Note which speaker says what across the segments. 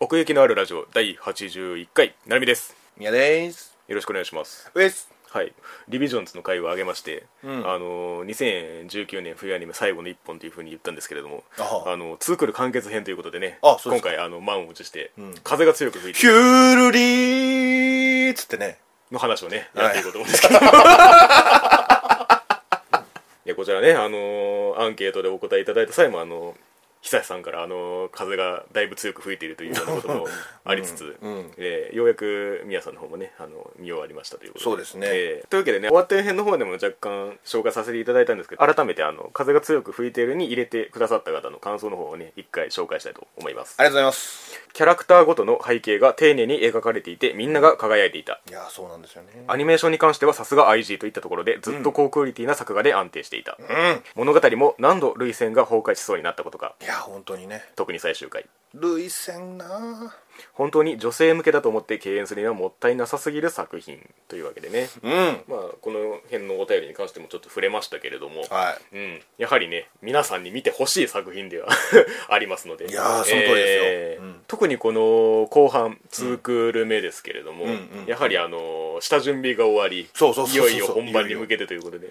Speaker 1: 奥行きのあるラジオ第81回なるみです
Speaker 2: 宮です
Speaker 1: よろしくお願いします
Speaker 2: ウェス
Speaker 1: はいリビジョンズの回を上げまして、
Speaker 2: うん
Speaker 1: あのー2019年冬アニメ最後の一本というふうに言ったんですけれども
Speaker 2: あは
Speaker 1: あのツークル完結編ということでね
Speaker 2: あそうで
Speaker 1: 今
Speaker 2: すか
Speaker 1: 回あの満を持して、
Speaker 2: ん
Speaker 1: 風が強く吹いて
Speaker 2: ヒュールリーっつってね
Speaker 1: の話をね、
Speaker 2: はい
Speaker 1: やっていこうと思うんです けど。いやこちらね、あのーアンケートでお答えいただいた際も、あのー久志さんから、あのー風がだいぶ強く吹いているというよう なこともありつつ、
Speaker 2: うんうん
Speaker 1: えーようやく宮さんの方もね、あの見終わりましたということで
Speaker 2: そうですね
Speaker 1: えーというわけでね終わった編の方でも若干紹介させていただいたんですけど改めてあの「風が強く吹いている」に入れてくださった方の感想の方をね一回紹介したいと思います
Speaker 2: ありがとうございます
Speaker 1: キャラクターごとの背景が丁寧に描かれていてみんなが輝いていた
Speaker 2: いやーそうなんですよね
Speaker 1: アニメーションに関してはさすが IG といったところでずっと高クオリティな作画で安定していた、
Speaker 2: うん
Speaker 1: 物語も何度涙腺が崩壊しそうになったことか
Speaker 2: いやー本当にね
Speaker 1: 特に最終回
Speaker 2: 涙腺なー
Speaker 1: 本当に女性向けだと思って敬遠するにはもったいなさすぎる作品というわけでね
Speaker 2: うん
Speaker 1: まあこの辺のお便りに関してもちょっと触れましたけれども
Speaker 2: は
Speaker 1: うん、やはりね皆さんに見てほしい作品では ありますので
Speaker 2: いやーその通りですようん
Speaker 1: 特にこの後半2クール目ですけれども、
Speaker 2: うんうん
Speaker 1: やはりあのー下準備が終わり
Speaker 2: そうそうそうそう
Speaker 1: いよいよ本番に向けてということで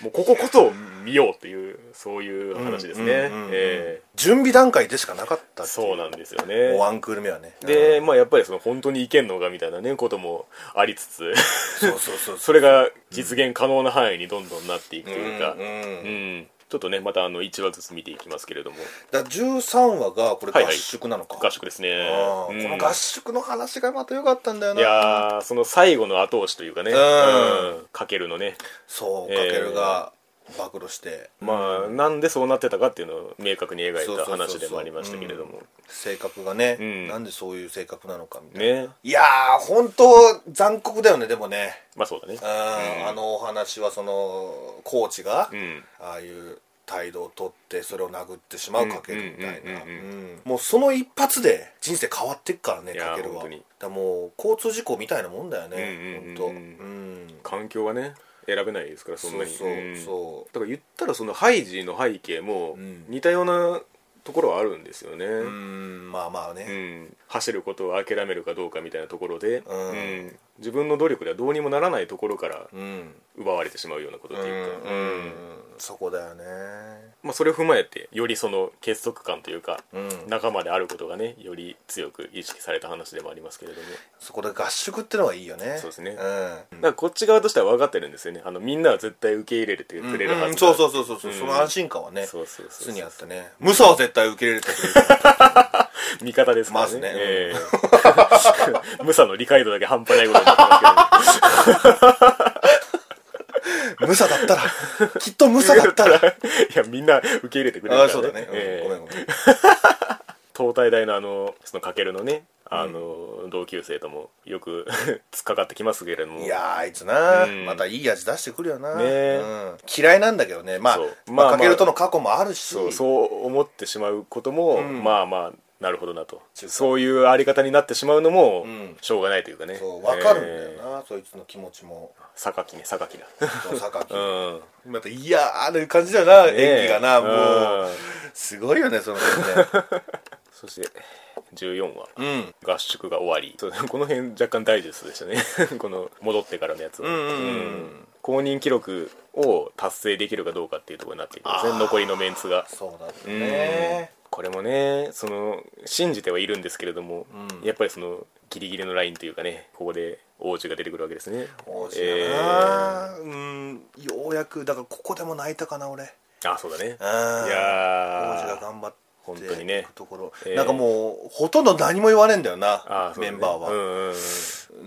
Speaker 1: もうこここそ見ようというそういう話ですね、
Speaker 2: うんうんうん
Speaker 1: え
Speaker 2: い準備段階でしかなかった
Speaker 1: ー
Speaker 2: ってい
Speaker 1: そうなんですよ
Speaker 2: もう
Speaker 1: ね
Speaker 2: ワンクール目はね
Speaker 1: で、
Speaker 2: うん
Speaker 1: まあ、やっぱりその本当にいけんのかみたいなねこともありつつ
Speaker 2: そうそうそう
Speaker 1: それが実現可能な範囲にどんどんなっていくと
Speaker 2: う
Speaker 1: い
Speaker 2: ん
Speaker 1: うか、
Speaker 2: うん
Speaker 1: うん、ちょっとねまたあの1話ずつ見ていきますけれども
Speaker 2: だから13話がこれ
Speaker 1: はいは
Speaker 2: 合
Speaker 1: い
Speaker 2: 宿なのか
Speaker 1: 合宿ですね、
Speaker 2: あ
Speaker 1: う
Speaker 2: ー
Speaker 1: ん
Speaker 2: この合宿の話がまた良かったんだよ
Speaker 1: い
Speaker 2: な
Speaker 1: やーその最後の後押しというかね、
Speaker 2: うん
Speaker 1: かけるのね
Speaker 2: そうかけるが暴露して
Speaker 1: まあなんでそうなってたかっていうのを明確に描
Speaker 2: そう
Speaker 1: い
Speaker 2: そう
Speaker 1: た
Speaker 2: そうそう
Speaker 1: 話でもありましたけれども
Speaker 2: 性格がね、
Speaker 1: うん
Speaker 2: なんでそういう性格なのかみたいな、
Speaker 1: ね
Speaker 2: いやー本当残酷だよねでもね
Speaker 1: まあそうだね
Speaker 2: うん、あのお話はそのコーチが、
Speaker 1: うん
Speaker 2: ああいう態度をとってそれを殴ってしまうかけるみたいな
Speaker 1: うんうんうん
Speaker 2: うんもうその一発で人生変わってっからね
Speaker 1: いやー
Speaker 2: かける
Speaker 1: 本
Speaker 2: は
Speaker 1: 当
Speaker 2: だ
Speaker 1: に
Speaker 2: からもう交通事故みたいなもんだよね
Speaker 1: うんうんうん
Speaker 2: 本当うん
Speaker 1: 環境はね選べないですからそん
Speaker 2: そ
Speaker 1: な
Speaker 2: う
Speaker 1: に
Speaker 2: そう
Speaker 1: うん
Speaker 2: そ
Speaker 1: だから言ったらそのハイジの背景も
Speaker 2: うん
Speaker 1: 似たようなところはあるんですよね、
Speaker 2: ううんまあまあ
Speaker 1: う
Speaker 2: ね
Speaker 1: ん、走ることを諦めるかどうかみたいなところで、
Speaker 2: うん
Speaker 1: うん自分の努力ではどうにもならないところから
Speaker 2: うん
Speaker 1: 奪われてしまうようなこと
Speaker 2: う
Speaker 1: というか、うん
Speaker 2: んそこだよね
Speaker 1: まあ、それを踏まえてよりその結束感というか、
Speaker 2: うん
Speaker 1: 仲間であることがねより強く意識された話でもありますけれども、
Speaker 2: そこで合宿ってのがいいよね
Speaker 1: そうですね
Speaker 2: うん
Speaker 1: なんかこっち側としては分かってるんですよねあのみんなは絶対受け入れてくれるはずだ、
Speaker 2: うんうんそうそうそうそうそう
Speaker 1: うん
Speaker 2: その安心感はね
Speaker 1: そうそうそう
Speaker 2: 普通にあったね無さは絶対受け入れてくれる
Speaker 1: 味方ですからね
Speaker 2: まずね
Speaker 1: え えムサの理解度だけ半端ないことになってます
Speaker 2: 無さだったらきっと無 さだったらあ
Speaker 1: けどいやみんな受け入れてくれるから、
Speaker 2: あ
Speaker 1: ね、
Speaker 2: そうだね
Speaker 1: え
Speaker 2: う
Speaker 1: え
Speaker 2: んごめんごめん
Speaker 1: 東大大のあのそのかけるのねあの、同級生ともよく 突っかかってきますけれども
Speaker 2: いやーあいつな
Speaker 1: うん
Speaker 2: またいい味出してくるよな
Speaker 1: ねえ
Speaker 2: うん嫌いなんだけどねま
Speaker 1: そう
Speaker 2: あ
Speaker 1: まあま
Speaker 2: まあ
Speaker 1: あ
Speaker 2: かけるとの過去もあるし
Speaker 1: そうそう思ってしまうことも、
Speaker 2: ん
Speaker 1: まあまあなるほどなと
Speaker 2: 中間
Speaker 1: そういうあり方になってしまうのも、
Speaker 2: うん
Speaker 1: しょうがないというかね
Speaker 2: そう分かるんだよ
Speaker 1: えー
Speaker 2: なそいつの気持 ちも
Speaker 1: 榊ね榊だ
Speaker 2: そう榊
Speaker 1: うん
Speaker 2: またいやーある感じだよな
Speaker 1: ね え
Speaker 2: 演技がなも
Speaker 1: ん
Speaker 2: うすごいよねその人ね
Speaker 1: そして14話
Speaker 2: うん
Speaker 1: 合宿が終わりそう この辺若干ダイジェストでしたね この戻ってからのやつは、
Speaker 2: うんうんうん
Speaker 1: 公認記録を達成できるかどうかっていうところになっていくんです
Speaker 2: あ
Speaker 1: ね
Speaker 2: ー
Speaker 1: 残りのメンツが
Speaker 2: そうだ
Speaker 1: うん
Speaker 2: ね
Speaker 1: これもねその信じてはいるんですけれども、
Speaker 2: うん
Speaker 1: やっぱりそのギリギリのラインというかねここで王子が出てくるわけですね
Speaker 2: 王子
Speaker 1: え
Speaker 2: だな、うんようやくだからここでも泣いたかな俺
Speaker 1: ーあそうだね
Speaker 2: いや
Speaker 1: いや
Speaker 2: 王子
Speaker 1: ー
Speaker 2: が頑張って
Speaker 1: 本当にね
Speaker 2: いくところ、
Speaker 1: えー
Speaker 2: なんかもうほとんど何も言わねえんだよ
Speaker 1: あ
Speaker 2: な
Speaker 1: そう
Speaker 2: メ
Speaker 1: だね
Speaker 2: ン
Speaker 1: う
Speaker 2: バー
Speaker 1: ん
Speaker 2: は、
Speaker 1: うんうん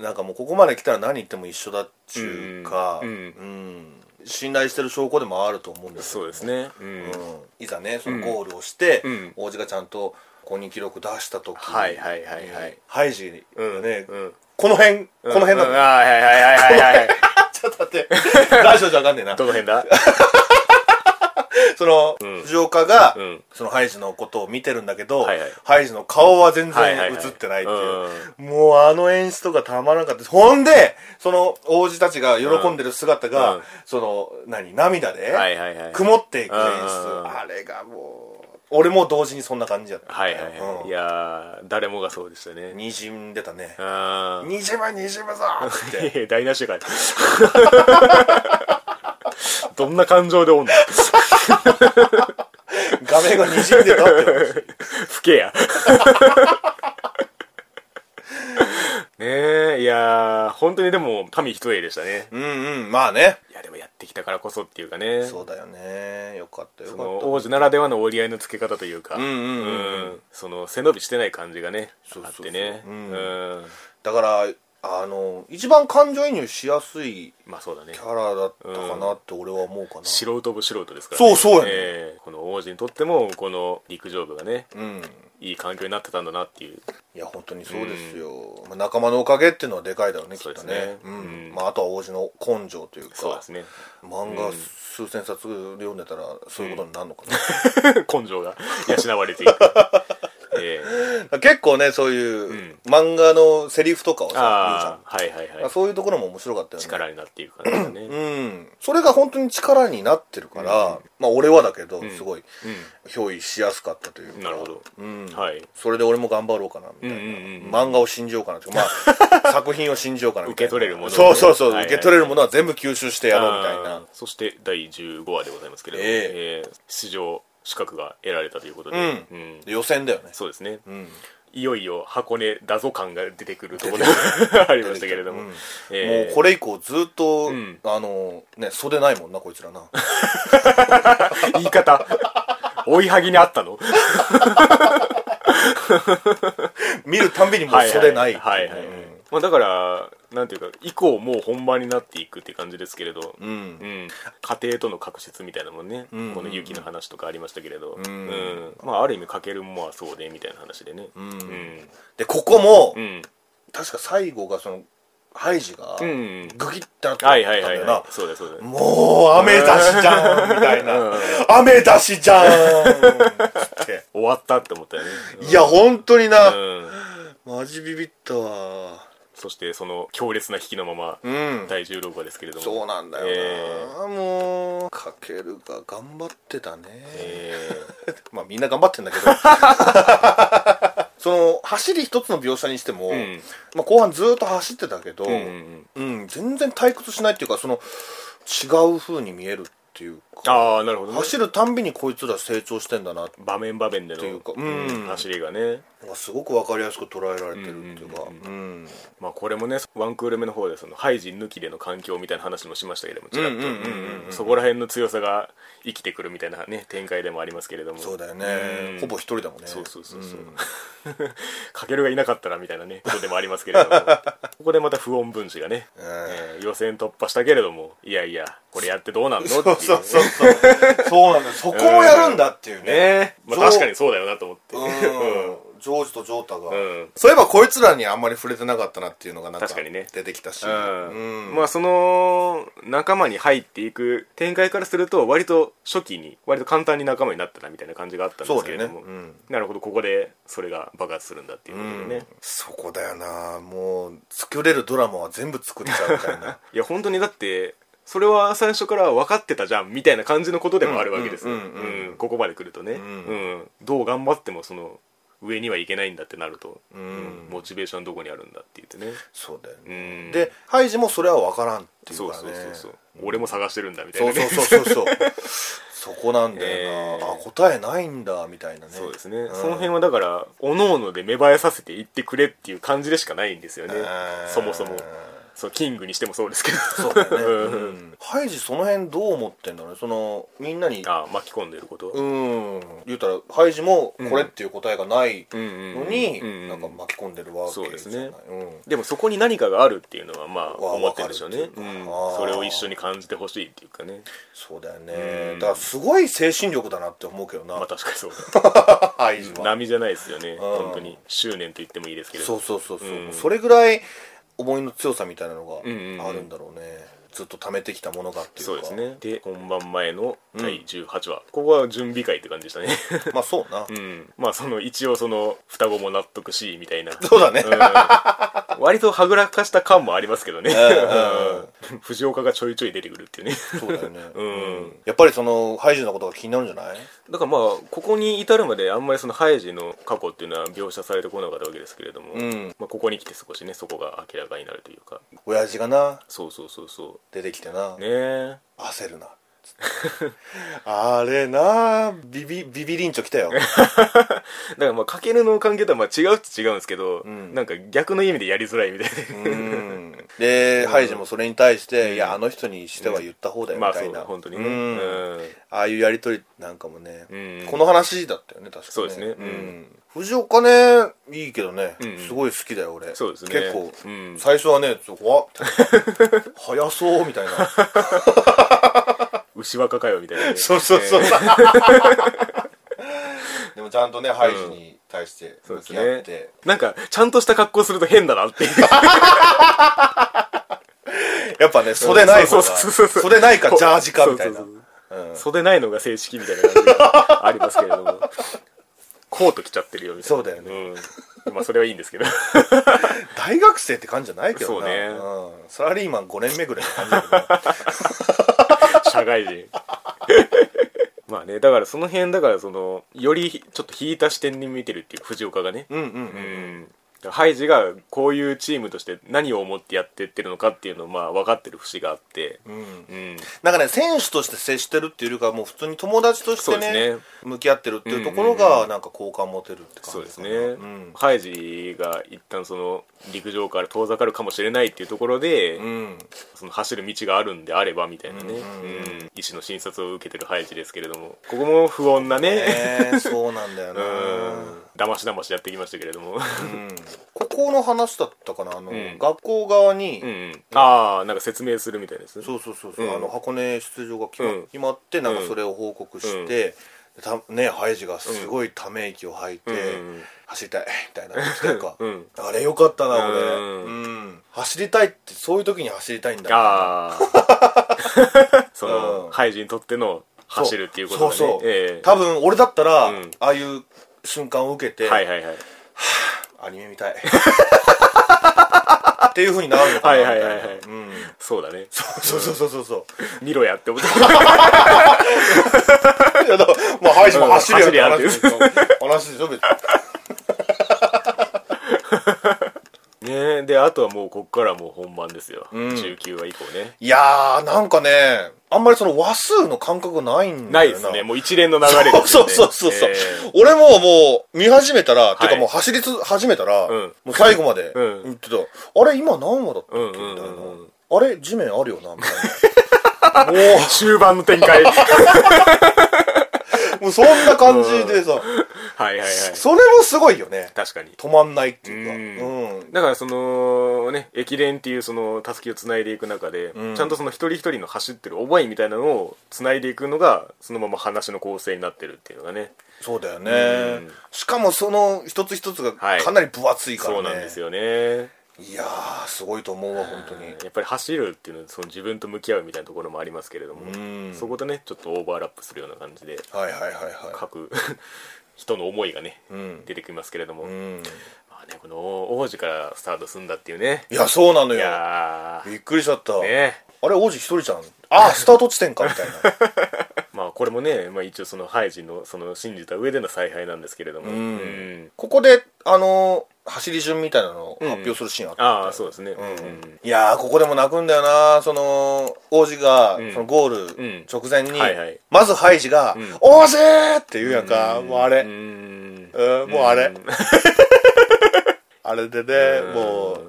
Speaker 2: なんかもうここまで来たら何言っても一緒だっちゅうか、
Speaker 1: うん
Speaker 2: うん信頼してる証拠でもあると思うんです
Speaker 1: そうですねうん、
Speaker 2: うんいざねそのゴールをして、
Speaker 1: うん
Speaker 2: 王子がちゃんと公認記録出した時に
Speaker 1: はいはいはいはい
Speaker 2: ハイジが
Speaker 1: うん
Speaker 2: ね、
Speaker 1: うん
Speaker 2: この辺この辺なん
Speaker 1: うん
Speaker 2: だ
Speaker 1: うんあーはいはいはいはいはいはい
Speaker 2: ちょっと待って。大丈夫じゃわかんねえな
Speaker 1: ど。の辺 だ
Speaker 2: その、藤岡が、
Speaker 1: うん
Speaker 2: そのハイジのことを見てるんだけど、
Speaker 1: はいはい
Speaker 2: ハイジの顔は全
Speaker 1: はいはい
Speaker 2: 然
Speaker 1: はい
Speaker 2: 映ってないっていう。
Speaker 1: う
Speaker 2: もうあの演出とかたまらんかったですほんで、その王子たちが喜んでる姿が、
Speaker 1: うん
Speaker 2: その、何、涙で、
Speaker 1: はいはいはい
Speaker 2: 曇っていく演出。
Speaker 1: うん
Speaker 2: あれがもう、俺も同時にそんな感じやった
Speaker 1: はいはいはい、
Speaker 2: うん
Speaker 1: いやー誰もがそうでしたね
Speaker 2: にじんでたね
Speaker 1: あ
Speaker 2: にじむにじ むぞっ
Speaker 1: あい
Speaker 2: て
Speaker 1: やいや台無しかい どんな感情でおんの
Speaker 2: 画面がにじんでたって
Speaker 1: 不敬やねえいやー本当にでも民一重でしたね
Speaker 2: うんうんまあね
Speaker 1: いやでもやってきたからこそっていうかね
Speaker 2: そうだよねよかったよ
Speaker 1: そ
Speaker 2: か
Speaker 1: の
Speaker 2: っ
Speaker 1: 王子ならではの折り合いのつけ方というか
Speaker 2: んうんうん
Speaker 1: うんその背伸びしてない感じがね
Speaker 2: そう
Speaker 1: あ
Speaker 2: そう
Speaker 1: っ
Speaker 2: そう
Speaker 1: てね
Speaker 2: うん
Speaker 1: うん
Speaker 2: ただからあの一番感情移入しやすい
Speaker 1: まあそうだね
Speaker 2: キャラだったかなって俺は思うかな、
Speaker 1: 素人部素人ですから、
Speaker 2: そうそうやね
Speaker 1: ええこの王子にとってもこの陸上部がね
Speaker 2: うん
Speaker 1: いい環境になってたんだなっていう
Speaker 2: いや本当にそうですよ、まあ、仲間のおかげっていうのはでかいだろうねき
Speaker 1: そう
Speaker 2: っ
Speaker 1: で
Speaker 2: と
Speaker 1: す
Speaker 2: ね
Speaker 1: ね
Speaker 2: うん
Speaker 1: うん
Speaker 2: まあ、あとは王子の根性というか
Speaker 1: そうですね
Speaker 2: 漫画数千冊読んでたらそういうことになるのかな、
Speaker 1: 根性が養われていく ええ
Speaker 2: 結構ねそういうう漫画のセリフとかをさ
Speaker 1: ああはいはい
Speaker 2: 言うじゃん
Speaker 1: はい
Speaker 2: そういうところも面白かったよね
Speaker 1: 力になっていく感じだね、うん
Speaker 2: うん、それが本当に力になってるから、まあ俺はだけど、すごい憑依しやすかったというか
Speaker 1: なるほど
Speaker 2: うん
Speaker 1: はい
Speaker 2: それで俺も頑張ろうかなみたいな、
Speaker 1: うんうんうんうん
Speaker 2: 漫画を信じようかなというか、 まあ、作品を信じようかなみたいな
Speaker 1: 受け取れるものをね
Speaker 2: そうそうそう、
Speaker 1: はいはい
Speaker 2: 受け取れるものは全部吸収してやろうみたい
Speaker 1: あ
Speaker 2: な
Speaker 1: ーそして第15話でございますけれども、
Speaker 2: え
Speaker 1: ええ出場資格が得られたということで、
Speaker 2: うん
Speaker 1: うん
Speaker 2: で予選だよね
Speaker 1: そうですね、
Speaker 2: うん
Speaker 1: いよいよ箱根だぞ感が出てくるところが ありましたけれども、
Speaker 2: うん
Speaker 1: え
Speaker 2: も
Speaker 1: え
Speaker 2: うこれ以降ずっと、
Speaker 1: ん
Speaker 2: あのね袖ないもんなこいつらな
Speaker 1: 言い方追いはぎにあった の
Speaker 2: 見るたんびにもう袖ない
Speaker 1: はいはいはいはい、
Speaker 2: うん
Speaker 1: まあ、だからなんていうか以降もう本番になっていくって感じですけれど、う
Speaker 2: う
Speaker 1: んん家庭との確執みたいなもんね、
Speaker 2: ん
Speaker 1: この雪の話とかありましたけれど、うんまあ、ある意味かけるもはそうでみたいな話でねうんん
Speaker 2: でここも、
Speaker 1: うん
Speaker 2: 確か最後がそのハイジが、
Speaker 1: うん
Speaker 2: グキッてなってた
Speaker 1: は
Speaker 2: ん
Speaker 1: いは
Speaker 2: だ
Speaker 1: い
Speaker 2: よな、
Speaker 1: はい、はい、そうだそうだ
Speaker 2: もう雨出しじゃんみたい
Speaker 1: うん
Speaker 2: な雨出しじゃんつって
Speaker 1: 終わったって思ったよね、
Speaker 2: いや本当に
Speaker 1: う、
Speaker 2: なんマジビビったわ
Speaker 1: そしてその強烈な引きのまま
Speaker 2: うん
Speaker 1: 第16話ですけれども
Speaker 2: そうなんだよな、
Speaker 1: え
Speaker 2: もうかけるが頑張ってたね、
Speaker 1: ーえ
Speaker 2: まあみんな頑張ってんだけど その走り一つの描写にしても、
Speaker 1: ん
Speaker 2: まあ、後半ずーっと走ってたけど、
Speaker 1: ーうんうんうん
Speaker 2: うん、全然退屈しないっていうかその違う風に見えるっていうか
Speaker 1: ああなるほどね
Speaker 2: 走るたんびにこいつら成長してんだなって
Speaker 1: 場面場面で
Speaker 2: という
Speaker 1: の
Speaker 2: かうん
Speaker 1: 走りがね
Speaker 2: なんかすごく分かりやすく捉えられてるっていうかうん
Speaker 1: まあこれもねワンクール目の方でそのハイジ抜きでの環境みたいな話もしましたけれどもちらっ
Speaker 2: うんうんうんうんう
Speaker 1: とそこら辺の強さが生きてくるみたいなね展開でもありますけれども
Speaker 2: そうだよね、
Speaker 1: うん
Speaker 2: ほぼ一人だもんね
Speaker 1: そうそうそうそう、
Speaker 2: ん
Speaker 1: かけるがいなかったらみたいなねことでもありますけれ どもここでまた不穏分子がね、
Speaker 2: ん
Speaker 1: えー予選突破したけれどもいやいやこれやってどうなんのっていう
Speaker 2: そうそうそうそうそうなんだよそこもやるんだっていうね、
Speaker 1: ねまあ、
Speaker 2: そう
Speaker 1: 確かにそうだよなと思って
Speaker 2: うん、ジョージとジョータが、
Speaker 1: ん
Speaker 2: そういえばこいつらにあんまり触れてなかったなっていうのがなんか
Speaker 1: 確かにね
Speaker 2: 出てきたし、
Speaker 1: うん
Speaker 2: うん
Speaker 1: まあその仲間に入っていく展開からすると割と初期に割と簡単に仲間になったなみたいな感じがあったんですけれども、
Speaker 2: そうだよね
Speaker 1: なるほどここでそれが爆発するんだっていうことでね、
Speaker 2: そこだよなもう作れるドラマは全部作っちゃうみたい な
Speaker 1: いや本当にだってそれは最初から分かってたじゃんみたいな感じのことでもあるわけですよ
Speaker 2: うんうんうんうん
Speaker 1: うんここまで来るとね、
Speaker 2: ん
Speaker 1: うんどう頑張ってもその上にはいけないんだってなると、
Speaker 2: うん
Speaker 1: うんモチベーションどこにあるんだって言ってね、
Speaker 2: そうだよ
Speaker 1: う
Speaker 2: ね、
Speaker 1: ん、
Speaker 2: でハイジもそれは分からんっていう
Speaker 1: そう
Speaker 2: から
Speaker 1: そう
Speaker 2: ね
Speaker 1: そうそう、俺も探してるんだみたい
Speaker 2: そ
Speaker 1: な
Speaker 2: う
Speaker 1: ね
Speaker 2: そうそう そうそうそこなんだよな、
Speaker 1: えー
Speaker 2: あ答えないんだみたいなね
Speaker 1: そうですね、
Speaker 2: ん
Speaker 1: その辺はだから各々で芽生えさせていってくれっていう感じでしかないんですよね
Speaker 2: うん
Speaker 1: そもそもそうキングにしてもそうですけど
Speaker 2: そうだよね、
Speaker 1: う
Speaker 2: うんん、ハイジその辺どう思ってんだろうねそのみんなに
Speaker 1: ああ巻き込んでること、
Speaker 2: うん言うたらハイジもこれっていう答えがない
Speaker 1: うんうんうん
Speaker 2: のに、
Speaker 1: うんうん
Speaker 2: なんか巻き込んでるわけじゃ
Speaker 1: そ
Speaker 2: ない
Speaker 1: うですね
Speaker 2: うん
Speaker 1: でもそこに何かがあるっていうのはまあ
Speaker 2: わ
Speaker 1: 思ってるんでしょうね
Speaker 2: わかるっていうか
Speaker 1: うん
Speaker 2: あー
Speaker 1: それを一緒に感じてほしいっていうかね
Speaker 2: そうだよ
Speaker 1: う
Speaker 2: ね
Speaker 1: ん
Speaker 2: だからすごい精神力だなって思うけどな、
Speaker 1: まあ確かにそう
Speaker 2: ハイジは
Speaker 1: 波じゃないですよね本当に執念と言ってもいいですけれど
Speaker 2: そうそうそうそう、
Speaker 1: うん
Speaker 2: それぐらい思いの強さみたいなの
Speaker 1: うんうんうん
Speaker 2: があるんだろうね、ずっと貯めてきたものがっていうか
Speaker 1: そうですねで本番前の第18話、ここは準備会って感じでしたね
Speaker 2: まあそうな、
Speaker 1: うんまあその一応その双子も納得しみたいな
Speaker 2: そうだね、
Speaker 1: うん割とはぐらかした感もありますけどね、
Speaker 2: うん
Speaker 1: うん藤岡がちょいちょい出てくるっていうね
Speaker 2: そうだよね、
Speaker 1: うん
Speaker 2: やっぱりそのハイジのことが気になるんじゃない
Speaker 1: だからまあここに至るまであんまりそのハイジの過去っていうのは描写されてこなかったわけですけれども、
Speaker 2: うん
Speaker 1: まあ、ここに来て少しねそこが明らかになるというか
Speaker 2: 親父がな
Speaker 1: そうそうそうそ
Speaker 2: 出てきてな、
Speaker 1: うねえ
Speaker 2: 焦るなあれなビビビビリンチョ来たよ
Speaker 1: だからまあかけるの関係とはまあ違うっちゃ違うんですけど、
Speaker 2: ん
Speaker 1: なんか逆の意味でやりづらいみたいな
Speaker 2: うんで、ハイジもそれに対して、
Speaker 1: うん
Speaker 2: いやあの人にしては言った方だよ
Speaker 1: ま
Speaker 2: み
Speaker 1: あ
Speaker 2: た
Speaker 1: そ
Speaker 2: いうな、
Speaker 1: だ本当にね、
Speaker 2: うん
Speaker 1: うん
Speaker 2: ああいうやりとりなんかもね、
Speaker 1: うん
Speaker 2: この話だったよね確かね
Speaker 1: そうですねうん
Speaker 2: ん藤岡ねいいけどね、
Speaker 1: うん
Speaker 2: すごい好きだよ俺
Speaker 1: そうですね
Speaker 2: 結構、
Speaker 1: うん
Speaker 2: 最初はねちょっとわっ早そうみたいな
Speaker 1: 牛若かよみたいなね、
Speaker 2: そうそうそう
Speaker 1: え。
Speaker 2: でもちゃんとね、ハイジに対して
Speaker 1: そう
Speaker 2: 向
Speaker 1: です
Speaker 2: き合っ
Speaker 1: ね
Speaker 2: て、
Speaker 1: なんかちゃんとした格好すると変だなっていう
Speaker 2: やっぱね、 袖ない方
Speaker 1: そうそう
Speaker 2: が、
Speaker 1: そうそう
Speaker 2: 袖ないかジャージかみたいな。
Speaker 1: そううそうそうん袖ないのが正式みたいな感じがありますけれど もコート着ちゃってるよみたいな
Speaker 2: そうだよ
Speaker 1: ね、うんまあそれはいいんですけど
Speaker 2: 大学生って感じじゃないけど
Speaker 1: そ
Speaker 2: な。
Speaker 1: うね
Speaker 2: んサラリーマン5年目ぐらいの感じだけどね
Speaker 1: 社外人 まあねだからその辺だからそのよりちょっと引いた視点に見てるっていう藤岡がね
Speaker 2: うんうんうん。
Speaker 1: うんハイジがこういうチームとして何を思ってやってってるのかっていうのをまあ分かってる節があって、
Speaker 2: うん
Speaker 1: うん、
Speaker 2: なんかね選手として接してるっていうよりかはもう普通に友達として
Speaker 1: そう
Speaker 2: ね
Speaker 1: ですね
Speaker 2: 向き合ってるっていうところがなんか好感持てるって感じかな
Speaker 1: そうですね、
Speaker 2: うん
Speaker 1: ハイジが一旦その陸上から遠ざかるかもしれないっていうところで、
Speaker 2: うん
Speaker 1: その走る道があるんであればみたいなね、う
Speaker 2: うん
Speaker 1: ん医師の診察を受けてるハイジですけれどもここも不穏なね、
Speaker 2: ねえそうなんだよ
Speaker 1: う
Speaker 2: な、
Speaker 1: んだましだましやってきましたけれども
Speaker 2: うんここの話だったかなあの、
Speaker 1: ん
Speaker 2: 学校側に、
Speaker 1: うん、ああなんか説明するみたいです
Speaker 2: そうそうそうそう、
Speaker 1: うん
Speaker 2: あの箱根出場が決ま,、
Speaker 1: うん
Speaker 2: 決まってなんかそれを報告して、たねハイジがすごいため息を吐いて、
Speaker 1: うん
Speaker 2: 走りたいみたいな言ってたよか、
Speaker 1: うん
Speaker 2: あれよかったなこれ
Speaker 1: う
Speaker 2: うん
Speaker 1: ん、
Speaker 2: 走りたいってそういう時に走りたいんだな
Speaker 1: あ あその、
Speaker 2: うん
Speaker 1: ハイジにとっての走るっていうことがね
Speaker 2: そうそうそう、
Speaker 1: ええ
Speaker 2: 多分俺だったら、
Speaker 1: うん
Speaker 2: ああいう瞬間を受けて、
Speaker 1: はいはいはい
Speaker 2: アニメ見たい っていうふうになるのかなみたいな、
Speaker 1: はいはいはいはい
Speaker 2: うん、
Speaker 1: そうだね
Speaker 2: そうそうそうそうそう
Speaker 1: 見ろやって思って
Speaker 2: いやだからまあ配信も走るやんっ
Speaker 1: うん
Speaker 2: て
Speaker 1: 走
Speaker 2: 話でしょ話でしょ別に
Speaker 1: ねえであとはもうこっからもう本番ですよ、
Speaker 2: うん
Speaker 1: 19話以降ね
Speaker 2: いやーなんかねあんまりその話数の感覚ないんだ
Speaker 1: ない
Speaker 2: よ
Speaker 1: ですねもう一連の流れです
Speaker 2: そ
Speaker 1: よ
Speaker 2: う
Speaker 1: ね
Speaker 2: そうそうそう、
Speaker 1: え
Speaker 2: 俺ももう見始めたら、
Speaker 1: い
Speaker 2: てかもう走りつ始めたら、
Speaker 1: うん
Speaker 2: もう最後まで
Speaker 1: うん
Speaker 2: 言ってた、あれ今何話だったっけ
Speaker 1: うん
Speaker 2: みた
Speaker 1: う
Speaker 2: い
Speaker 1: んうんうん
Speaker 2: な、あれ地面あるよなみた いなも
Speaker 1: ー終盤の展 開はいう
Speaker 2: もうそんな感じでさ、
Speaker 1: はいはい
Speaker 2: それもすごいよね
Speaker 1: 確かに
Speaker 2: 止まんないっていうか
Speaker 1: う
Speaker 2: うん、
Speaker 1: だからそのね駅伝っていうそのたすきをつないでいく中で、
Speaker 2: うん
Speaker 1: ちゃんとその一人一人の走ってる思いみたいなのをつないでいくのがそのまま話の構成になってるっていうのがね
Speaker 2: そうだよ
Speaker 1: う
Speaker 2: ね
Speaker 1: ん
Speaker 2: しかもその一つ一つが
Speaker 1: はい
Speaker 2: かなり分厚いからね、
Speaker 1: そうなんですよね
Speaker 2: いやーすごいと思うわ本当に
Speaker 1: やっぱり走るっていうのはその自分と向き合うみたいなところもありますけれども、
Speaker 2: うん
Speaker 1: そことねちょっとオーバーラップするような感じで
Speaker 2: はいはいはいは
Speaker 1: 各 人の思いがね、
Speaker 2: いうん、
Speaker 1: 出てきますけれども、
Speaker 2: うん、
Speaker 1: まあね、この王子からスタートすんだっていうね
Speaker 2: いやそうなの
Speaker 1: い
Speaker 2: よ
Speaker 1: や
Speaker 2: びっくりしちゃった、
Speaker 1: ーね
Speaker 2: あれ王子一人じゃんあスタート地点かみたい な
Speaker 1: まあこれもね、まあ、一応そのハイジのその信じた上での采配なんですけれども、
Speaker 2: うん
Speaker 1: うん
Speaker 2: ここであのー走り順みたいなのを発表するシーンあった、
Speaker 1: ああそうですねうん、
Speaker 2: うんいやーここでも泣くんだよなその王子が
Speaker 1: ん
Speaker 2: そのゴ
Speaker 1: う
Speaker 2: ー
Speaker 1: ん
Speaker 2: ル直前に、
Speaker 1: はいはい
Speaker 2: まずハイジが
Speaker 1: ん
Speaker 2: 「王子!」って言うやんか、もうあれ、
Speaker 1: う
Speaker 2: うん
Speaker 1: ん
Speaker 2: もうあれ、
Speaker 1: うんやっ
Speaker 2: あれでね
Speaker 1: ん
Speaker 2: もう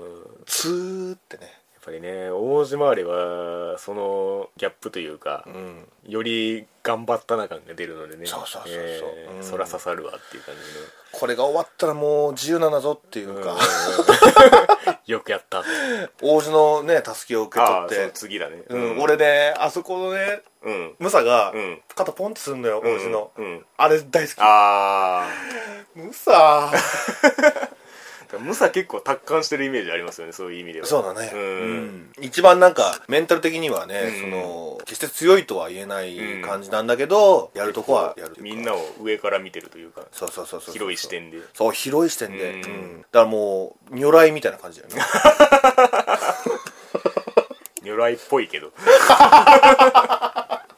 Speaker 2: ツーってね
Speaker 1: ぱりね王子周りはそのギャップというか、
Speaker 2: うん
Speaker 1: より頑張ったな感が出るのでね
Speaker 2: そうそうそうそう
Speaker 1: えー
Speaker 2: うん
Speaker 1: そら刺さるわっていう感じの
Speaker 2: これが終わったらもう自由なんだぞっ ていうか、
Speaker 1: よくやったって
Speaker 2: 王子のねたすきを受け
Speaker 1: ああそ
Speaker 2: 取
Speaker 1: う
Speaker 2: って
Speaker 1: 次だね、
Speaker 2: うん俺ねあそこのね
Speaker 1: うん
Speaker 2: ムサが
Speaker 1: うん
Speaker 2: 肩ポンってすんのよ、王子の、
Speaker 1: うん
Speaker 2: あれ大好き
Speaker 1: ああ
Speaker 2: ムサ
Speaker 1: だかムサ結構達観してるイメージありますよねそういう意味では
Speaker 2: そうだね、
Speaker 1: うん
Speaker 2: うん一番なんかメンタル的にはね、
Speaker 1: ん
Speaker 2: その決して強いとは言えない感じなんだけど、やるとこはやるというか
Speaker 1: みんなを上から見てるというか
Speaker 2: そうそうそうそう
Speaker 1: 広い視点で
Speaker 2: そう広い視点で、
Speaker 1: うん
Speaker 2: うんだからもう如来みたいな感じだよ ね
Speaker 1: 如来っぽいけ ど